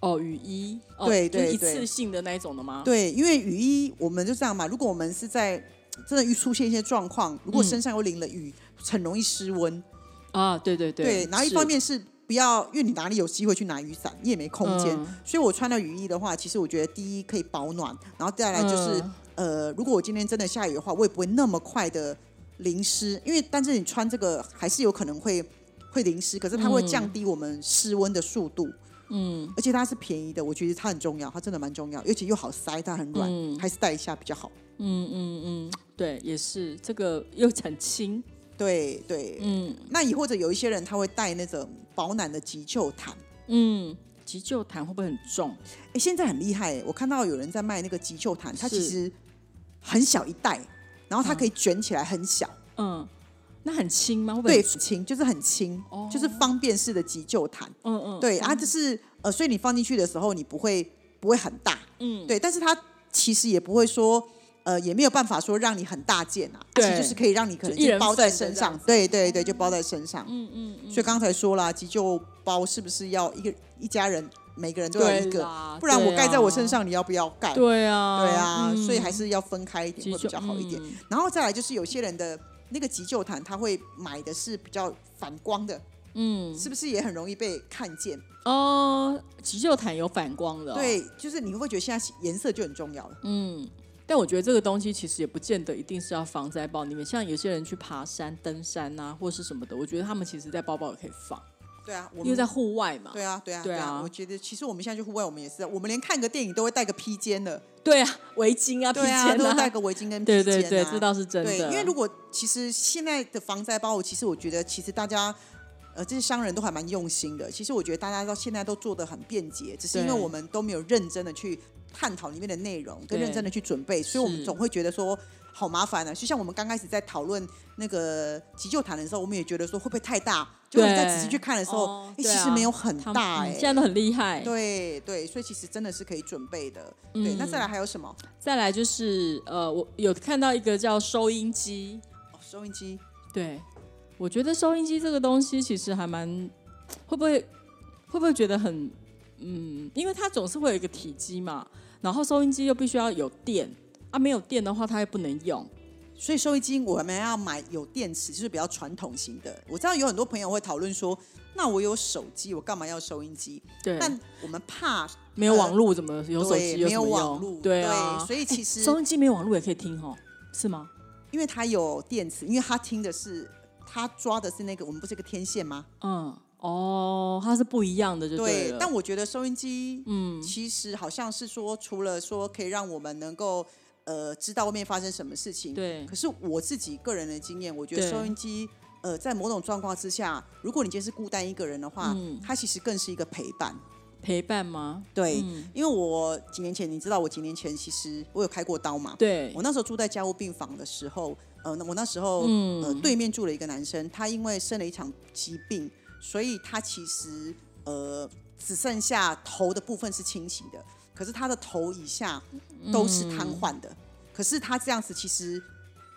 [SPEAKER 2] 哦，雨衣，哦、
[SPEAKER 1] 对
[SPEAKER 2] 就是
[SPEAKER 1] 对
[SPEAKER 2] 一
[SPEAKER 1] 对
[SPEAKER 2] 次性的那一种的吗？
[SPEAKER 1] 对，因为雨衣我们就这样嘛。如果我们是在真的遇出现一些状
[SPEAKER 2] 嗯
[SPEAKER 1] 况，如果身上又淋了雨，很容易失温。
[SPEAKER 2] 啊，对对对
[SPEAKER 1] 对，然后一方
[SPEAKER 2] 是
[SPEAKER 1] 面是不要，因为你哪里有机会去拿雨伞，你也没空间，
[SPEAKER 2] 嗯
[SPEAKER 1] 所以我穿了雨衣的话，其实我觉得第一可以保暖，然后再来就是、
[SPEAKER 2] 嗯
[SPEAKER 1] 呃，如果我今天真的下雨的话，我也不会那么快的淋湿，因为但是你穿这个还是有可能会会淋湿，可是它会降低我们室温的速度。嗯，而且它是便宜的，我觉得它很重要，它真的蛮重要，而且又好塞，它很软，还是带一下比较好。
[SPEAKER 2] 嗯对，也是这个又很轻，
[SPEAKER 1] 对对，嗯，那也或者有一些人他会带那种保暖的急救毯，
[SPEAKER 2] 嗯，急救毯会不会很重？
[SPEAKER 1] 哎、现在很厉害欸，我看到有人在卖那个急救毯，它其
[SPEAKER 2] 是
[SPEAKER 1] 实很小一袋，然后它可以卷起来很小，
[SPEAKER 2] 嗯，那很轻吗？会不会
[SPEAKER 1] 对，
[SPEAKER 2] 很？
[SPEAKER 1] 轻就是很轻，就是方便式的急救毯，
[SPEAKER 2] 哦嗯嗯，
[SPEAKER 1] 对啊，就是呃，所以你放进去的时候，你不会不会很大，嗯，对，但是它其实也不会说。呃，也没有办法说让你很大件啊，
[SPEAKER 2] 对
[SPEAKER 1] 其实就是可以让你可能
[SPEAKER 2] 就一人
[SPEAKER 1] 包在
[SPEAKER 2] 份的
[SPEAKER 1] 身
[SPEAKER 2] 这样
[SPEAKER 1] 上，对对对，就包在身上。嗯嗯所以刚才说啦，急救包是不是要一个一家人每个人都要
[SPEAKER 2] 对
[SPEAKER 1] 一个
[SPEAKER 2] 啦，
[SPEAKER 1] 不然我
[SPEAKER 2] 对
[SPEAKER 1] 盖在我身
[SPEAKER 2] 啊
[SPEAKER 1] 上，你要不要盖？
[SPEAKER 2] 对啊，
[SPEAKER 1] 对啊，
[SPEAKER 2] 嗯
[SPEAKER 1] 所以还是要分开一点
[SPEAKER 2] 急
[SPEAKER 1] 会比
[SPEAKER 2] 救
[SPEAKER 1] 较好一点。
[SPEAKER 2] 嗯
[SPEAKER 1] 然后再来就是有些人的那个急救毯，他会买的是比较反光的，
[SPEAKER 2] 嗯
[SPEAKER 1] 是不是也很容易被看见？
[SPEAKER 2] 哦，急救毯有反光的、哦，，
[SPEAKER 1] 对，就是你会不会觉得现在颜色就很重要了？
[SPEAKER 2] 嗯。但我觉得这个东西其实也不见得一定是要防在包里面，像有些人去爬山、登山啊，或是什么的，我觉得他们其实在包包也可以放，
[SPEAKER 1] 对啊，我
[SPEAKER 2] 因为
[SPEAKER 1] 们
[SPEAKER 2] 在户外嘛。
[SPEAKER 1] 对啊，对啊，
[SPEAKER 2] 对啊
[SPEAKER 1] 我觉得其实我们现在去户外，我们也是，啊我们连看个电影都会带个披肩 了，
[SPEAKER 2] 对啊，围巾啊，披
[SPEAKER 1] 对啊，
[SPEAKER 2] 肩
[SPEAKER 1] 都会
[SPEAKER 2] 啊，
[SPEAKER 1] 带个围巾跟披肩、啊。
[SPEAKER 2] 对对对，这倒是真的。
[SPEAKER 1] 对，因为如果其实现在的防灾包，其实我觉得其实大家。呃，这些商人都还蛮用心的。其实我觉得大家到现在都做的很便捷，只是因为
[SPEAKER 2] 对
[SPEAKER 1] 我们都没有认真的去探讨里面的内容，跟
[SPEAKER 2] 对
[SPEAKER 1] 认真的去准备，所以我们
[SPEAKER 2] 是
[SPEAKER 1] 总会觉得说好麻烦啊。就像我们刚开始在讨论那个急救毯的时候，我们也觉得说会不会太大？就
[SPEAKER 2] 对
[SPEAKER 1] 你再仔细去看的时候，
[SPEAKER 2] 哦
[SPEAKER 1] 哎、
[SPEAKER 2] 对
[SPEAKER 1] 其
[SPEAKER 2] 啊
[SPEAKER 1] 实没有很
[SPEAKER 2] 他们
[SPEAKER 1] 大
[SPEAKER 2] 嗯
[SPEAKER 1] 哎、
[SPEAKER 2] 现在都很厉害。
[SPEAKER 1] 对对，所以其实真的是可以准备的。对，那
[SPEAKER 2] 嗯
[SPEAKER 1] 再来还有什么？
[SPEAKER 2] 再来就是呃，我有看到一个叫收音机，
[SPEAKER 1] 哦、收音机。
[SPEAKER 2] 对，我觉得收音机这个东西其实还蛮，会不会会不会觉得很，嗯，因为它总是会有一个体积嘛，然后收音机又必须要有电啊，没有电的话它又不能用，
[SPEAKER 1] 所以收音机我们要买有电池，就是比较传统型的。我知道有很多朋友会讨论说，那我有手机，我干嘛要收音机？
[SPEAKER 2] 对，
[SPEAKER 1] 但我们怕
[SPEAKER 2] 没有网络怎么有手
[SPEAKER 1] 呃对
[SPEAKER 2] 机
[SPEAKER 1] 没
[SPEAKER 2] 什
[SPEAKER 1] 有
[SPEAKER 2] 么
[SPEAKER 1] 网
[SPEAKER 2] 用？
[SPEAKER 1] 络，
[SPEAKER 2] 对啊，
[SPEAKER 1] 所以其实
[SPEAKER 2] 收音机没有网络也可以听哦，是吗？
[SPEAKER 1] 因为它有电池，因为它听的是它抓的是那个，我们不是有个天线吗？
[SPEAKER 2] 嗯，哦，它是不一样的就
[SPEAKER 1] 对，
[SPEAKER 2] 了，
[SPEAKER 1] 但我觉得收音机，嗯，其实好像是说，除了说可以让我们能够呃知道外面发生什么事情，
[SPEAKER 2] 对
[SPEAKER 1] 可是我自己个人的经验，我觉
[SPEAKER 2] 对
[SPEAKER 1] 得收音机，呃，在某种状况之下，如果你今天是孤单一个人的话，
[SPEAKER 2] 嗯
[SPEAKER 1] 它其实更是一个陪伴。
[SPEAKER 2] 陪伴吗？
[SPEAKER 1] 对，因为我几年前，你知道，我几年前其实我有开过刀嘛，
[SPEAKER 2] 对
[SPEAKER 1] 我，那时候住在家务病房的时候，呃，那我那时候、
[SPEAKER 2] 嗯
[SPEAKER 1] 呃对面住了一个男生，他因为生了一场疾病，所以他其实呃只剩下头的部分是清醒的，可是他的头以下都是瘫
[SPEAKER 2] 嗯
[SPEAKER 1] 痪的。可是他这样子其实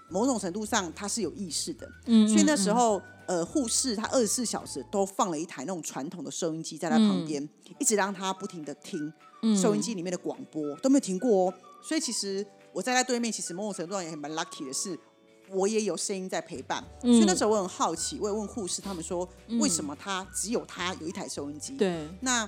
[SPEAKER 1] 某种程度上他是有意识的，
[SPEAKER 2] 嗯
[SPEAKER 1] 所以那时候。呃，护士他二十四小时都放了一台那种传统的收音机在他旁
[SPEAKER 2] 嗯
[SPEAKER 1] 边，一直让他不停的听收音机里面的广播，都没有停过哦。所以其实我在他对面，其实某种程度上也很蛮 lucky 的是，我也有声音在陪伴。所以那时候我很好奇，我也问护士他们说，
[SPEAKER 2] 嗯
[SPEAKER 1] 为什么他只有他有一台收音机？
[SPEAKER 2] 对，
[SPEAKER 1] 那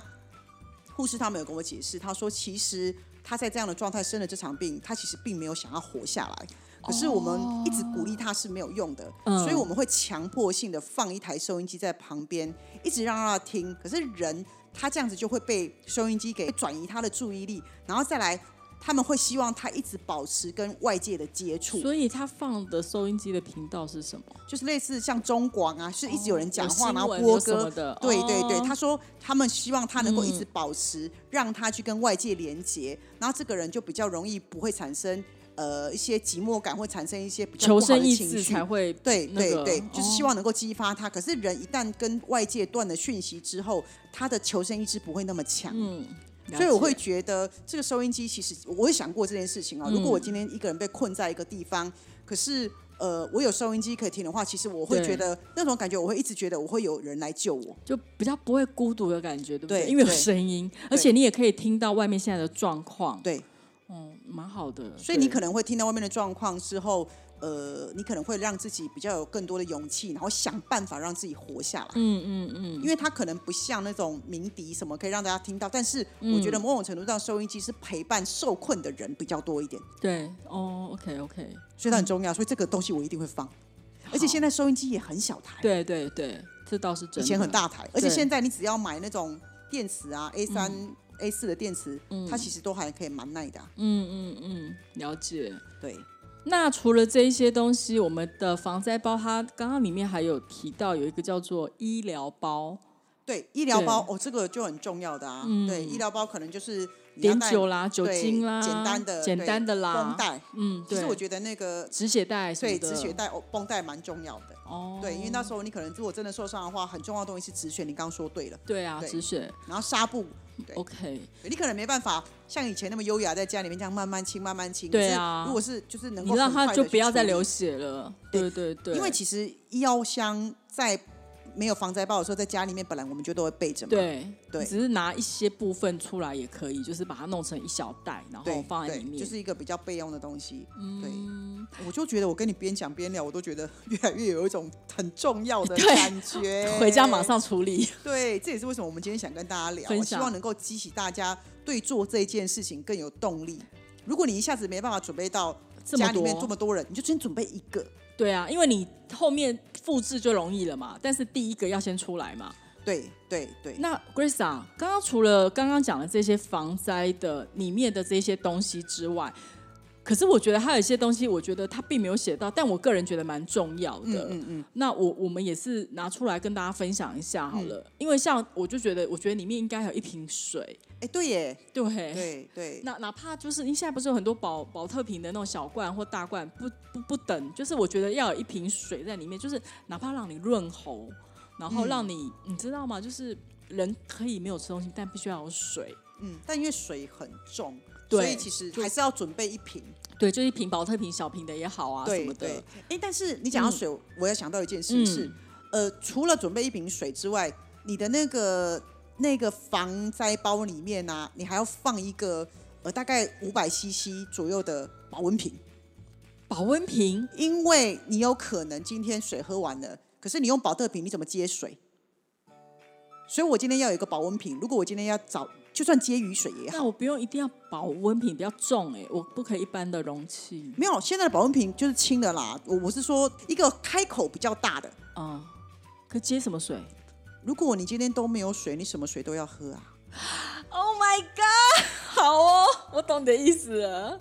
[SPEAKER 1] 护士他们有跟我解释，他说其实他在这样的状态生了这场病，他其实并没有想要活下来。可是我们一直鼓励他是没有用的，
[SPEAKER 2] 嗯
[SPEAKER 1] 所以我们会强迫性的放一台收音机在旁边，一直让他听。可是人他这样子就会被收音机给转移他的注意力，然后再来他们会希望他一直保持跟外界的接触，
[SPEAKER 2] 所以他放的收音机的频道是什么？
[SPEAKER 1] 就是类似像中广啊，是一直有人讲话，
[SPEAKER 2] 有新闻
[SPEAKER 1] 然后播
[SPEAKER 2] 有什
[SPEAKER 1] 歌
[SPEAKER 2] 么的
[SPEAKER 1] 对
[SPEAKER 2] 哦嗯
[SPEAKER 1] 对对，他说他们希望他能够一直保持，让他去跟外界连接，然后这个人就比较容易不会产生呃一些寂寞感，会产生一些比较
[SPEAKER 2] 求
[SPEAKER 1] 不好
[SPEAKER 2] 生
[SPEAKER 1] 的
[SPEAKER 2] 意
[SPEAKER 1] 情
[SPEAKER 2] 志
[SPEAKER 1] 绪
[SPEAKER 2] 才。会
[SPEAKER 1] 对
[SPEAKER 2] 那
[SPEAKER 1] 对
[SPEAKER 2] 个
[SPEAKER 1] 对，就是希
[SPEAKER 2] 哦
[SPEAKER 1] 望能够激发他。可是人一旦跟外界断了讯息之后，他的求生意志不会那么强。
[SPEAKER 2] 嗯，了
[SPEAKER 1] 所以我
[SPEAKER 2] 解
[SPEAKER 1] 会觉得这个收音机其实我会想过这件事情哦。如果
[SPEAKER 2] 嗯
[SPEAKER 1] 我今天一个人被困在一个地方，可是呃我有收音机可以听的话，其实我会
[SPEAKER 2] 对
[SPEAKER 1] 觉得那种感觉，我会一直觉得我会有人来救我。
[SPEAKER 2] 就比较不会孤独的感觉，对不
[SPEAKER 1] 对
[SPEAKER 2] 因为有
[SPEAKER 1] 对
[SPEAKER 2] 声音，而且你也可以听到外面现在的状况，
[SPEAKER 1] 对，
[SPEAKER 2] 嗯，蛮好的。
[SPEAKER 1] 所以你
[SPEAKER 2] 对
[SPEAKER 1] 可能会听到外面的状况之后，呃，你可能会让自己比较有更多的勇气，然后想办法让自己活下来。
[SPEAKER 2] 嗯嗯嗯，
[SPEAKER 1] 因为它可能不像那种鸣笛什么可以让大家听到，但是我
[SPEAKER 2] 嗯
[SPEAKER 1] 觉得某种程度上，收音机是陪伴受困的人比较多一点，
[SPEAKER 2] 对，哦，OK OK，
[SPEAKER 1] 所以它很重要。所以这个东西我一定会放，而且现在收音机也很小台，
[SPEAKER 2] 对对对，这倒是真的。
[SPEAKER 1] 以前很，大台，而且
[SPEAKER 2] 对
[SPEAKER 1] 现在你只要买那种电池啊，A 三、A 四的电池，它其实都还可以蛮耐的啊、
[SPEAKER 2] 嗯嗯嗯嗯，了解。
[SPEAKER 1] 对，
[SPEAKER 2] 那除了这一些东西，我们的防灾包它刚刚里面还有提到有一个叫做医疗包，
[SPEAKER 1] 对，医疗
[SPEAKER 2] 对
[SPEAKER 1] 包哦，这个就很重要的啊。对，医疗包可能就是你要
[SPEAKER 2] 碘
[SPEAKER 1] 带
[SPEAKER 2] 酒啦、酒
[SPEAKER 1] 对
[SPEAKER 2] 精啦，
[SPEAKER 1] 简单的
[SPEAKER 2] 简
[SPEAKER 1] 对
[SPEAKER 2] 单的啦
[SPEAKER 1] 绷，带。
[SPEAKER 2] 嗯，
[SPEAKER 1] 其
[SPEAKER 2] 对，
[SPEAKER 1] 实我觉得那个
[SPEAKER 2] 止血带什么
[SPEAKER 1] 对
[SPEAKER 2] 的，
[SPEAKER 1] 止血带、哦绷带蛮重要的。
[SPEAKER 2] 哦，
[SPEAKER 1] 对，因为那时候你可能如果真的受伤的话，很重要的东西是止血，你刚刚说对了。
[SPEAKER 2] 对啊，
[SPEAKER 1] 对
[SPEAKER 2] 止血
[SPEAKER 1] 然后纱布，对
[SPEAKER 2] ，OK，
[SPEAKER 1] 你可能没办法像以前那么优雅，在家里面这样慢慢清、慢慢清。
[SPEAKER 2] 对
[SPEAKER 1] 可
[SPEAKER 2] 啊
[SPEAKER 1] 是如果是就是能够
[SPEAKER 2] 你让
[SPEAKER 1] 很快
[SPEAKER 2] 它
[SPEAKER 1] 地
[SPEAKER 2] 就
[SPEAKER 1] 去
[SPEAKER 2] 不要再
[SPEAKER 1] 处理
[SPEAKER 2] 流血了，对对对，
[SPEAKER 1] 因为其实医药箱在没有防灾包的时候，在家里面本来我们就都会备着嘛。
[SPEAKER 2] 对
[SPEAKER 1] 对
[SPEAKER 2] 你只是拿一些部分出来也可以，就是把它弄成一小袋，然后
[SPEAKER 1] 对，
[SPEAKER 2] 放在
[SPEAKER 1] 对
[SPEAKER 2] 里面，
[SPEAKER 1] 就是一个比较备用的东西。
[SPEAKER 2] 嗯
[SPEAKER 1] 对，我就觉得我跟你边讲边聊，我都觉得越来越有一种很重要的
[SPEAKER 2] 对
[SPEAKER 1] 感觉。
[SPEAKER 2] 回家马。上处理。
[SPEAKER 1] 对，这也是为什么我们今天想跟大家聊，
[SPEAKER 2] 分
[SPEAKER 1] 希
[SPEAKER 2] 享
[SPEAKER 1] 望能够激起大家对做这件事情更有动力。如果你一下子没办法准备到
[SPEAKER 2] 这么
[SPEAKER 1] 家里面
[SPEAKER 2] 多
[SPEAKER 1] 这么多人，你就先准备一个。
[SPEAKER 2] 对啊，因为你后面复制就容易了嘛，但是第一个要先出来嘛。
[SPEAKER 1] 对对对，
[SPEAKER 2] 那 Grace 啊，刚刚除了刚刚讲的这些防灾的里面的这些东西之外，可是我觉得还有一些东西，我觉得它并没有写到，但我个人觉得蛮重要的。
[SPEAKER 1] 嗯嗯，
[SPEAKER 2] 那我我们也是拿出来跟大家分享一下好
[SPEAKER 1] 嗯
[SPEAKER 2] 了，因为像我就觉得，我觉得里面应该还有一瓶水，
[SPEAKER 1] 哎，对耶，
[SPEAKER 2] 对。
[SPEAKER 1] 对对，
[SPEAKER 2] 那哪怕就是，因为现在不是有很多保保特瓶的那种小罐或大罐，不不不等，就是我觉得要有一瓶水在里面，就是哪怕让你润喉，然
[SPEAKER 1] 嗯
[SPEAKER 2] 后让你、你知道吗？就是人可以没有吃东西，但必须要有水。
[SPEAKER 1] 嗯，但因为水很重，
[SPEAKER 2] 对
[SPEAKER 1] 所以其实还是要准备一瓶。
[SPEAKER 2] 对，就一瓶保特瓶、小瓶的也好啊，什
[SPEAKER 1] 对
[SPEAKER 2] 么的
[SPEAKER 1] 对。，哎，但是你讲到水，我也想到一件事是，呃，除了准备一瓶水之外，你的那个那个防灾包里面呢、啊，你还要放一个呃大概五百 CC 左右的保温瓶，
[SPEAKER 2] 保温瓶
[SPEAKER 1] 因为你有可能今天水喝完了，可是你用保特瓶你怎么接水？所以我今天要有一个保温瓶，如果我今天要找，就算接雨水也好
[SPEAKER 2] 那。我不用一定要保温瓶比较重哎、我不可以一般的容器。
[SPEAKER 1] 没有，现在的保温瓶就是轻的啦。我我是说一个开口比较大的。
[SPEAKER 2] 嗯，可接什么水
[SPEAKER 1] 如果你今天都没有水，你什么水都要喝啊？
[SPEAKER 2] ？Oh my god！好 哦，我懂你的意思了。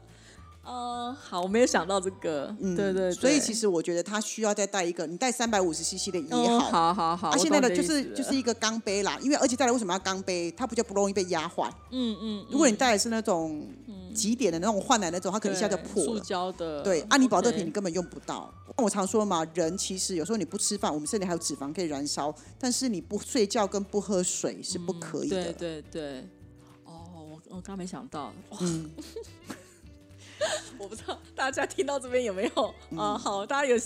[SPEAKER 2] 嗯，好，我没有想到这个。
[SPEAKER 1] 嗯
[SPEAKER 2] 对对对，
[SPEAKER 1] 所以其实我觉得它需要再带一个，你带三百五十 CC 的也好。
[SPEAKER 2] 哦、好好好，
[SPEAKER 1] 啊，
[SPEAKER 2] 我
[SPEAKER 1] 现在
[SPEAKER 2] 懂
[SPEAKER 1] 的
[SPEAKER 2] 你
[SPEAKER 1] 就
[SPEAKER 2] 意思
[SPEAKER 1] 是
[SPEAKER 2] 了
[SPEAKER 1] 就是一个钢杯啦，因为而且再来为什么要钢杯？它比较不容易被压坏。
[SPEAKER 2] 嗯嗯，
[SPEAKER 1] 如果你带的是那种极点的那种换来那种，它可能一下就
[SPEAKER 2] 对
[SPEAKER 1] 破
[SPEAKER 2] 塑
[SPEAKER 1] 了。
[SPEAKER 2] 胶的，
[SPEAKER 1] 对，啊，你保特
[SPEAKER 2] OK
[SPEAKER 1] 瓶你根本用不到。我常说嘛，人其实有时候你不吃饭，我们身体还有脂肪可以燃烧，但是你不睡觉跟不喝水是不可以的。
[SPEAKER 2] 嗯对对对，哦，我我刚没想到，哇
[SPEAKER 1] 嗯
[SPEAKER 2] 我不知道大家听到这边有没有啊、好，大家有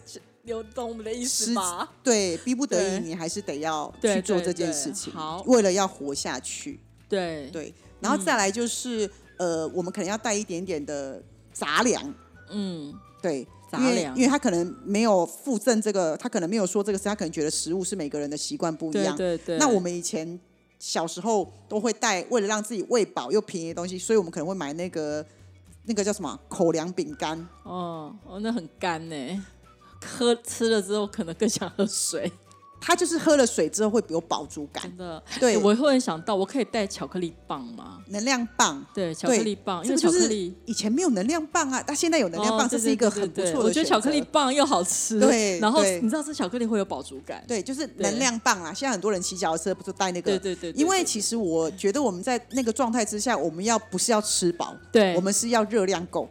[SPEAKER 2] 有懂我们的意
[SPEAKER 1] 嗯
[SPEAKER 2] 思
[SPEAKER 1] 实
[SPEAKER 2] 吧？
[SPEAKER 1] 对，逼不得
[SPEAKER 2] 对
[SPEAKER 1] 已，你还是得要
[SPEAKER 2] 对
[SPEAKER 1] 去做
[SPEAKER 2] 对
[SPEAKER 1] 这件
[SPEAKER 2] 对
[SPEAKER 1] 事情，
[SPEAKER 2] 好嗯
[SPEAKER 1] 为了要活下去。
[SPEAKER 2] 对，
[SPEAKER 1] 对，然后再来就是，呃，我们可能要带一点点的杂粮，
[SPEAKER 2] 嗯，
[SPEAKER 1] 对，
[SPEAKER 2] 杂
[SPEAKER 1] 因为
[SPEAKER 2] 粮
[SPEAKER 1] 因为他可能没有附赠这个，他可能没有说这个事，他可能觉得食物是每个人的习惯不一
[SPEAKER 2] 对
[SPEAKER 1] 样。
[SPEAKER 2] 对对。
[SPEAKER 1] 那我们以前小时候都会带，为了让自己喂饱又便宜的东西，所以我们可能会买那个那个叫什么啊口粮饼干，
[SPEAKER 2] 哦哦，那很干呢、喝吃了之后可能更想喝水，
[SPEAKER 1] 它就是喝了水之后会有饱足感
[SPEAKER 2] 真，的。
[SPEAKER 1] 对
[SPEAKER 2] 欸我忽然想到，我可以带巧克力棒吗？
[SPEAKER 1] 能量棒。
[SPEAKER 2] 对，巧
[SPEAKER 1] 对
[SPEAKER 2] 克力棒，因
[SPEAKER 1] 这
[SPEAKER 2] 为
[SPEAKER 1] 个
[SPEAKER 2] 巧
[SPEAKER 1] 就
[SPEAKER 2] 克
[SPEAKER 1] 是
[SPEAKER 2] 力。
[SPEAKER 1] 以前没有能量棒啊，但现在有能量棒，
[SPEAKER 2] 哦
[SPEAKER 1] 这
[SPEAKER 2] 对
[SPEAKER 1] 是一个
[SPEAKER 2] 对
[SPEAKER 1] 很不
[SPEAKER 2] 对对
[SPEAKER 1] 错的选择。
[SPEAKER 2] 我觉得巧克力棒又好吃，
[SPEAKER 1] 对
[SPEAKER 2] 然后
[SPEAKER 1] 对
[SPEAKER 2] 你知道吃巧克力会有饱足感，
[SPEAKER 1] 对，就是
[SPEAKER 2] 对
[SPEAKER 1] 能量棒啦。啊现在很多人骑脚踏车不是带那个？
[SPEAKER 2] 对对对对
[SPEAKER 1] 因为其实我觉得我们在那个状态之下，我们要不是要吃饱，
[SPEAKER 2] 对
[SPEAKER 1] 我们是要热量够。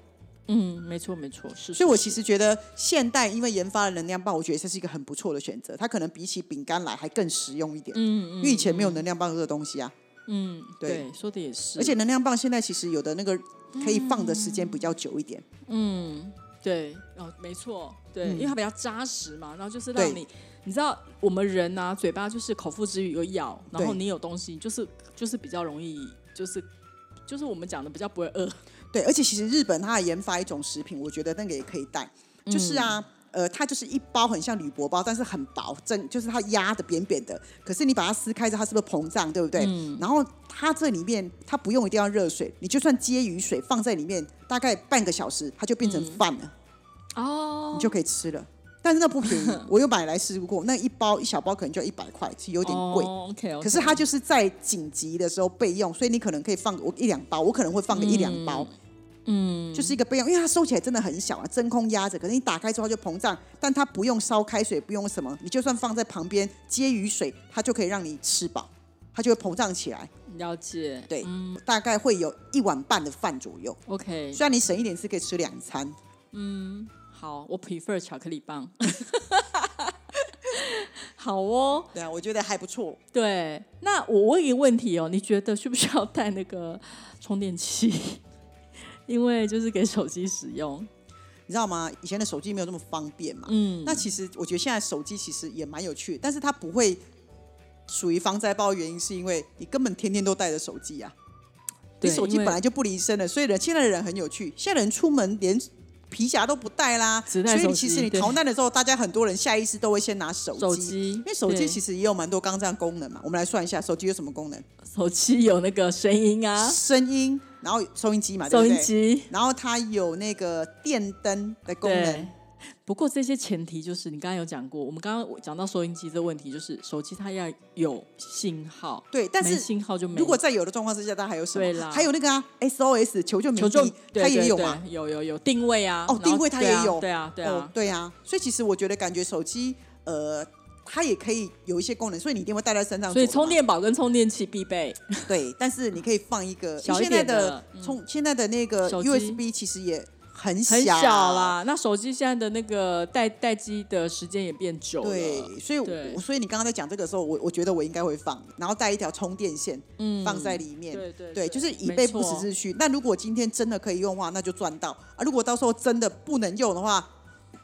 [SPEAKER 2] 嗯，没错没错，是。
[SPEAKER 1] 所以我其
[SPEAKER 2] 实
[SPEAKER 1] 实觉得现代因为研发了能量棒，我觉得这是一个很不错的选择。它可能比起饼干来还更实用一点，
[SPEAKER 2] 嗯
[SPEAKER 1] 因为以前没有能量棒这个东西啊。
[SPEAKER 2] 嗯，
[SPEAKER 1] 对
[SPEAKER 2] 对，说的也是，
[SPEAKER 1] 而且能量棒现在其实有的那个可以放的时间比较久一点。
[SPEAKER 2] 嗯，对，哦，没错，对，因为它比较扎实嘛，然后就是让
[SPEAKER 1] 嗯对
[SPEAKER 2] 你，你知道我们人啊，嘴巴就是口腹之欲有咬，然后
[SPEAKER 1] 对
[SPEAKER 2] 你有东西，就是就是比较容易，就是就是我们讲的比较不会饿，
[SPEAKER 1] 对，而且其实日本它还研发一种食品，我觉得那个也可以带。就是啊。呃，它就是一包很像铝箔包，但是很薄，真就是它压的扁扁的。可是你把它撕开之后，它是不是膨胀，对不对？然后它这里面它不用一定要热水，你就算接雨水放在里面，大概半个小时，它就变成饭了。
[SPEAKER 2] 哦
[SPEAKER 1] 你，就可以吃了。但是那不便宜，我又买来试过，那一包一小包可能就一百块，是有点贵。
[SPEAKER 2] 哦 OK，,
[SPEAKER 1] 可是它就是在紧急的时候备用，所以你可能可以放我一两包，我可能会放个一两包，
[SPEAKER 2] 嗯，
[SPEAKER 1] 就是一个备用，因为它收起来真的很小啊，真空压着，可是你打开之后它就膨胀，但它不用烧开水，不用什么，你就算放在旁边接雨水，它就可以让你吃饱，它就会膨胀起来。
[SPEAKER 2] 了解，
[SPEAKER 1] 对，大概会有一碗半的饭左右。
[SPEAKER 2] ，OK，
[SPEAKER 1] 虽然你省一点是可以吃两餐，
[SPEAKER 2] 好，我 prefer 巧克力棒。 好哦，
[SPEAKER 1] 对啊，我觉得还不错。
[SPEAKER 2] 对，那我问一个问题哦，你觉得需不需要带那个充电器？ 因为就是给手机使用，
[SPEAKER 1] 你知道吗？以前的手机没有这么方便嘛。
[SPEAKER 2] 嗯，
[SPEAKER 1] 那其实我觉得现在手机其实也蛮有趣，但是它不会属于防灾包，原因是因为你根本天天都带着手机啊，你
[SPEAKER 2] 对
[SPEAKER 1] 手机
[SPEAKER 2] 因为
[SPEAKER 1] 本来就不离身了，所以人现在的人很有趣，现在人出门连皮夹都不带啦，
[SPEAKER 2] 只带
[SPEAKER 1] 所以
[SPEAKER 2] 手
[SPEAKER 1] 其
[SPEAKER 2] 机
[SPEAKER 1] 实你
[SPEAKER 2] 对
[SPEAKER 1] 逃难的时候，大家很多人下意识都会先拿手机。
[SPEAKER 2] 手机，因
[SPEAKER 1] 因为手机其实也有蛮多刚这样功能嘛，我们来算一下手机有什么功能：
[SPEAKER 2] 手机有那个声音啊，
[SPEAKER 1] 声音，然后收音机嘛，对
[SPEAKER 2] 收
[SPEAKER 1] 不
[SPEAKER 2] 音
[SPEAKER 1] 对？
[SPEAKER 2] 机
[SPEAKER 1] 然后它有那个电灯的功能
[SPEAKER 2] 对，。不过这些前提就是你刚刚有讲过，我们刚刚讲到收音机这问题，就是手机它要有信号，
[SPEAKER 1] 对，但
[SPEAKER 2] 没
[SPEAKER 1] 是
[SPEAKER 2] 信号就没。
[SPEAKER 1] 如果在有的状况之下，它还有什
[SPEAKER 2] 对
[SPEAKER 1] 么？
[SPEAKER 2] 啦
[SPEAKER 1] 还有那个啊，SOS 求救
[SPEAKER 2] 求
[SPEAKER 1] 名
[SPEAKER 2] 救
[SPEAKER 1] 义，，
[SPEAKER 2] 对
[SPEAKER 1] 它也
[SPEAKER 2] 对
[SPEAKER 1] 有
[SPEAKER 2] 对
[SPEAKER 1] 嘛？
[SPEAKER 2] 有有有定位啊，
[SPEAKER 1] 哦
[SPEAKER 2] 然后
[SPEAKER 1] 定位它也
[SPEAKER 2] 对啊
[SPEAKER 1] 有
[SPEAKER 2] 对啊对
[SPEAKER 1] 哦
[SPEAKER 2] 啊，，
[SPEAKER 1] 对啊。所以其实我觉得，感觉手机呃，它也可以有一些功能，所以你一定会带在身上。
[SPEAKER 2] 所以充电宝跟充电器必备，
[SPEAKER 1] 对，但是你可以放一个
[SPEAKER 2] 小一
[SPEAKER 1] 现在
[SPEAKER 2] 点的嗯
[SPEAKER 1] 的充，现在的那个
[SPEAKER 2] 手机
[SPEAKER 1] USB 其实也很
[SPEAKER 2] 很小
[SPEAKER 1] 小。啊
[SPEAKER 2] 啦。那手机现在的那个待待机的时间也变久了，
[SPEAKER 1] 对，所以
[SPEAKER 2] 对
[SPEAKER 1] 我所以你刚刚在讲这个的时候，我我觉得我应该会放，然后带一条充电线
[SPEAKER 2] 嗯
[SPEAKER 1] 放在里面。
[SPEAKER 2] 对对
[SPEAKER 1] 对，就是以备不时之需。那如果今天真的可以用的话，那就赚到啊！如果到时候真的不能用的话，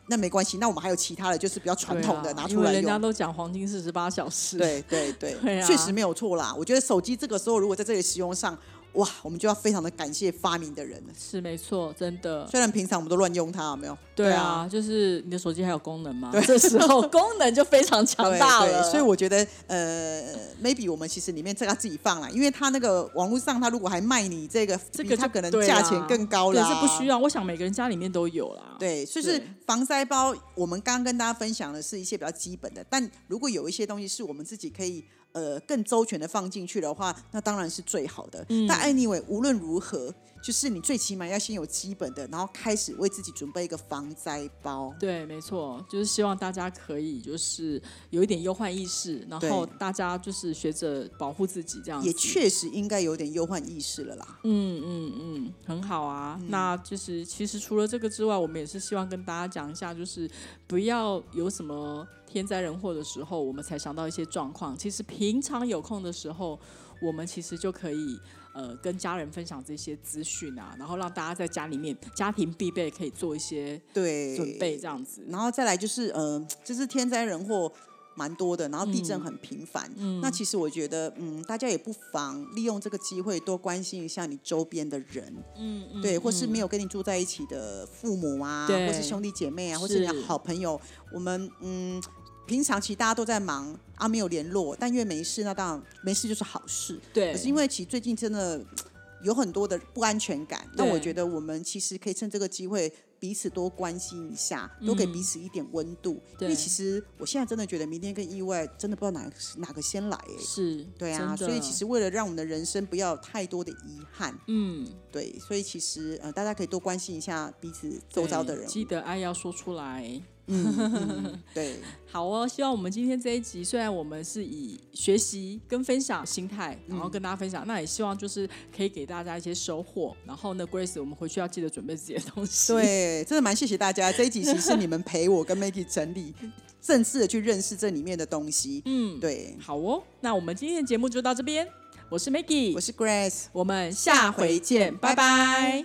[SPEAKER 1] 那没关系，那我们还有其他的，就是比较传统的拿出
[SPEAKER 2] 啊因为
[SPEAKER 1] 来
[SPEAKER 2] 人家
[SPEAKER 1] 用。
[SPEAKER 2] 都讲黄金四十八小时，
[SPEAKER 1] 对对对，
[SPEAKER 2] 对啊
[SPEAKER 1] 确实没有错啦。我觉得手机这个时候如果在这里使用上，哇，我们就要非常的感谢发明的人了。
[SPEAKER 2] 是没错，真的。
[SPEAKER 1] 虽然平常我们都乱用它，有没有？
[SPEAKER 2] 对啊，就是你的手机还有功能吗？这时候 功能就非常强
[SPEAKER 1] 对
[SPEAKER 2] 大
[SPEAKER 1] 对
[SPEAKER 2] 了，
[SPEAKER 1] 所以我觉得，呃，maybe 我们其实里面这个要自己放啦，因为它那个网络上，它如果还卖你这个，
[SPEAKER 2] 这
[SPEAKER 1] 比
[SPEAKER 2] 个
[SPEAKER 1] 它
[SPEAKER 2] 就
[SPEAKER 1] 可能
[SPEAKER 2] 对
[SPEAKER 1] 价
[SPEAKER 2] 啦
[SPEAKER 1] 钱更高
[SPEAKER 2] 对
[SPEAKER 1] 了，
[SPEAKER 2] 是不需要。我想每个人家里面都有啦。
[SPEAKER 1] 对，所以是
[SPEAKER 2] 对
[SPEAKER 1] 防灾包，我们刚刚跟大家分享的是一些比较基本的，但如果有一些东西是我们自己可以呃更周全的放进去的话，那当然是最好的。但
[SPEAKER 2] 嗯
[SPEAKER 1] anyway，无论如何，就是你最起码要先有基本的，然后开始为自己准备一个防灾包。
[SPEAKER 2] 对，没错，就是希望大家可以就是有一点忧患意识，然后
[SPEAKER 1] 对
[SPEAKER 2] 大家就是学着保护自己这样子。
[SPEAKER 1] 也确实应该有点忧患意识了啦。
[SPEAKER 2] 嗯嗯嗯，很好啊。那就是其实除了这个之外，我们也是希望跟大家讲一下，就是不要有什么天灾人祸的时候，我们才想到一些状况。其实平常有空的时候，我们其实就可以呃跟家人分享这些资讯啊，然后让大家在家里面家庭必备可以做一些
[SPEAKER 1] 对，
[SPEAKER 2] 准备，这样子。
[SPEAKER 1] 然后再来就是，呃，就是天灾人祸蛮多的，然后地震很频繁。
[SPEAKER 2] 嗯
[SPEAKER 1] 那其实我觉得，嗯，大家也不妨利用这个机会多关心一下你周边的人，
[SPEAKER 2] 嗯嗯，
[SPEAKER 1] 对，或是没有跟你住在一起的父母啊，
[SPEAKER 2] 对
[SPEAKER 1] 或是兄弟姐妹啊，
[SPEAKER 2] 是
[SPEAKER 1] 或是你的好朋友，我们嗯。平常其实大家都在忙啊，没有联络，但因为没事，那当然没事就是好事。
[SPEAKER 2] 对
[SPEAKER 1] 可是因为其实最近真的嘖有很多的不安全感，那
[SPEAKER 2] 对
[SPEAKER 1] 我觉得我们其实可以趁这个机会彼此多关心一下，多给彼此一点温度。
[SPEAKER 2] 嗯对
[SPEAKER 1] 因为其实我现在真的觉得明天跟意外真的不知道哪个哪个先来、欸，
[SPEAKER 2] 是，
[SPEAKER 1] 对啊，
[SPEAKER 2] 真
[SPEAKER 1] 所
[SPEAKER 2] 的
[SPEAKER 1] 以其实为了让我们的人生不要有太多的遗憾，
[SPEAKER 2] 嗯，
[SPEAKER 1] 对，所以其实呃大家可以多关心一下彼此周遭的
[SPEAKER 2] 对
[SPEAKER 1] 人，
[SPEAKER 2] 记得爱要说出来。
[SPEAKER 1] 嗯，嗯对，
[SPEAKER 2] 好哦，希望我们今天这一集，虽然我们是以学习跟分享心态，然后跟大家分享，那也希望就是可以给大家一些收获。然后呢，Grace，我们回去要记得准备自己的东西。，
[SPEAKER 1] 对，真的蛮谢谢大家。这一集其实是你们陪我跟 Maggie 整理， 正式的去认识这里面的东西。
[SPEAKER 2] 嗯，
[SPEAKER 1] 对，
[SPEAKER 2] 好哦，那我们今天的节目就到这边，我是 Maggie，
[SPEAKER 1] 我是 Grace。
[SPEAKER 2] 我们下回见，拜拜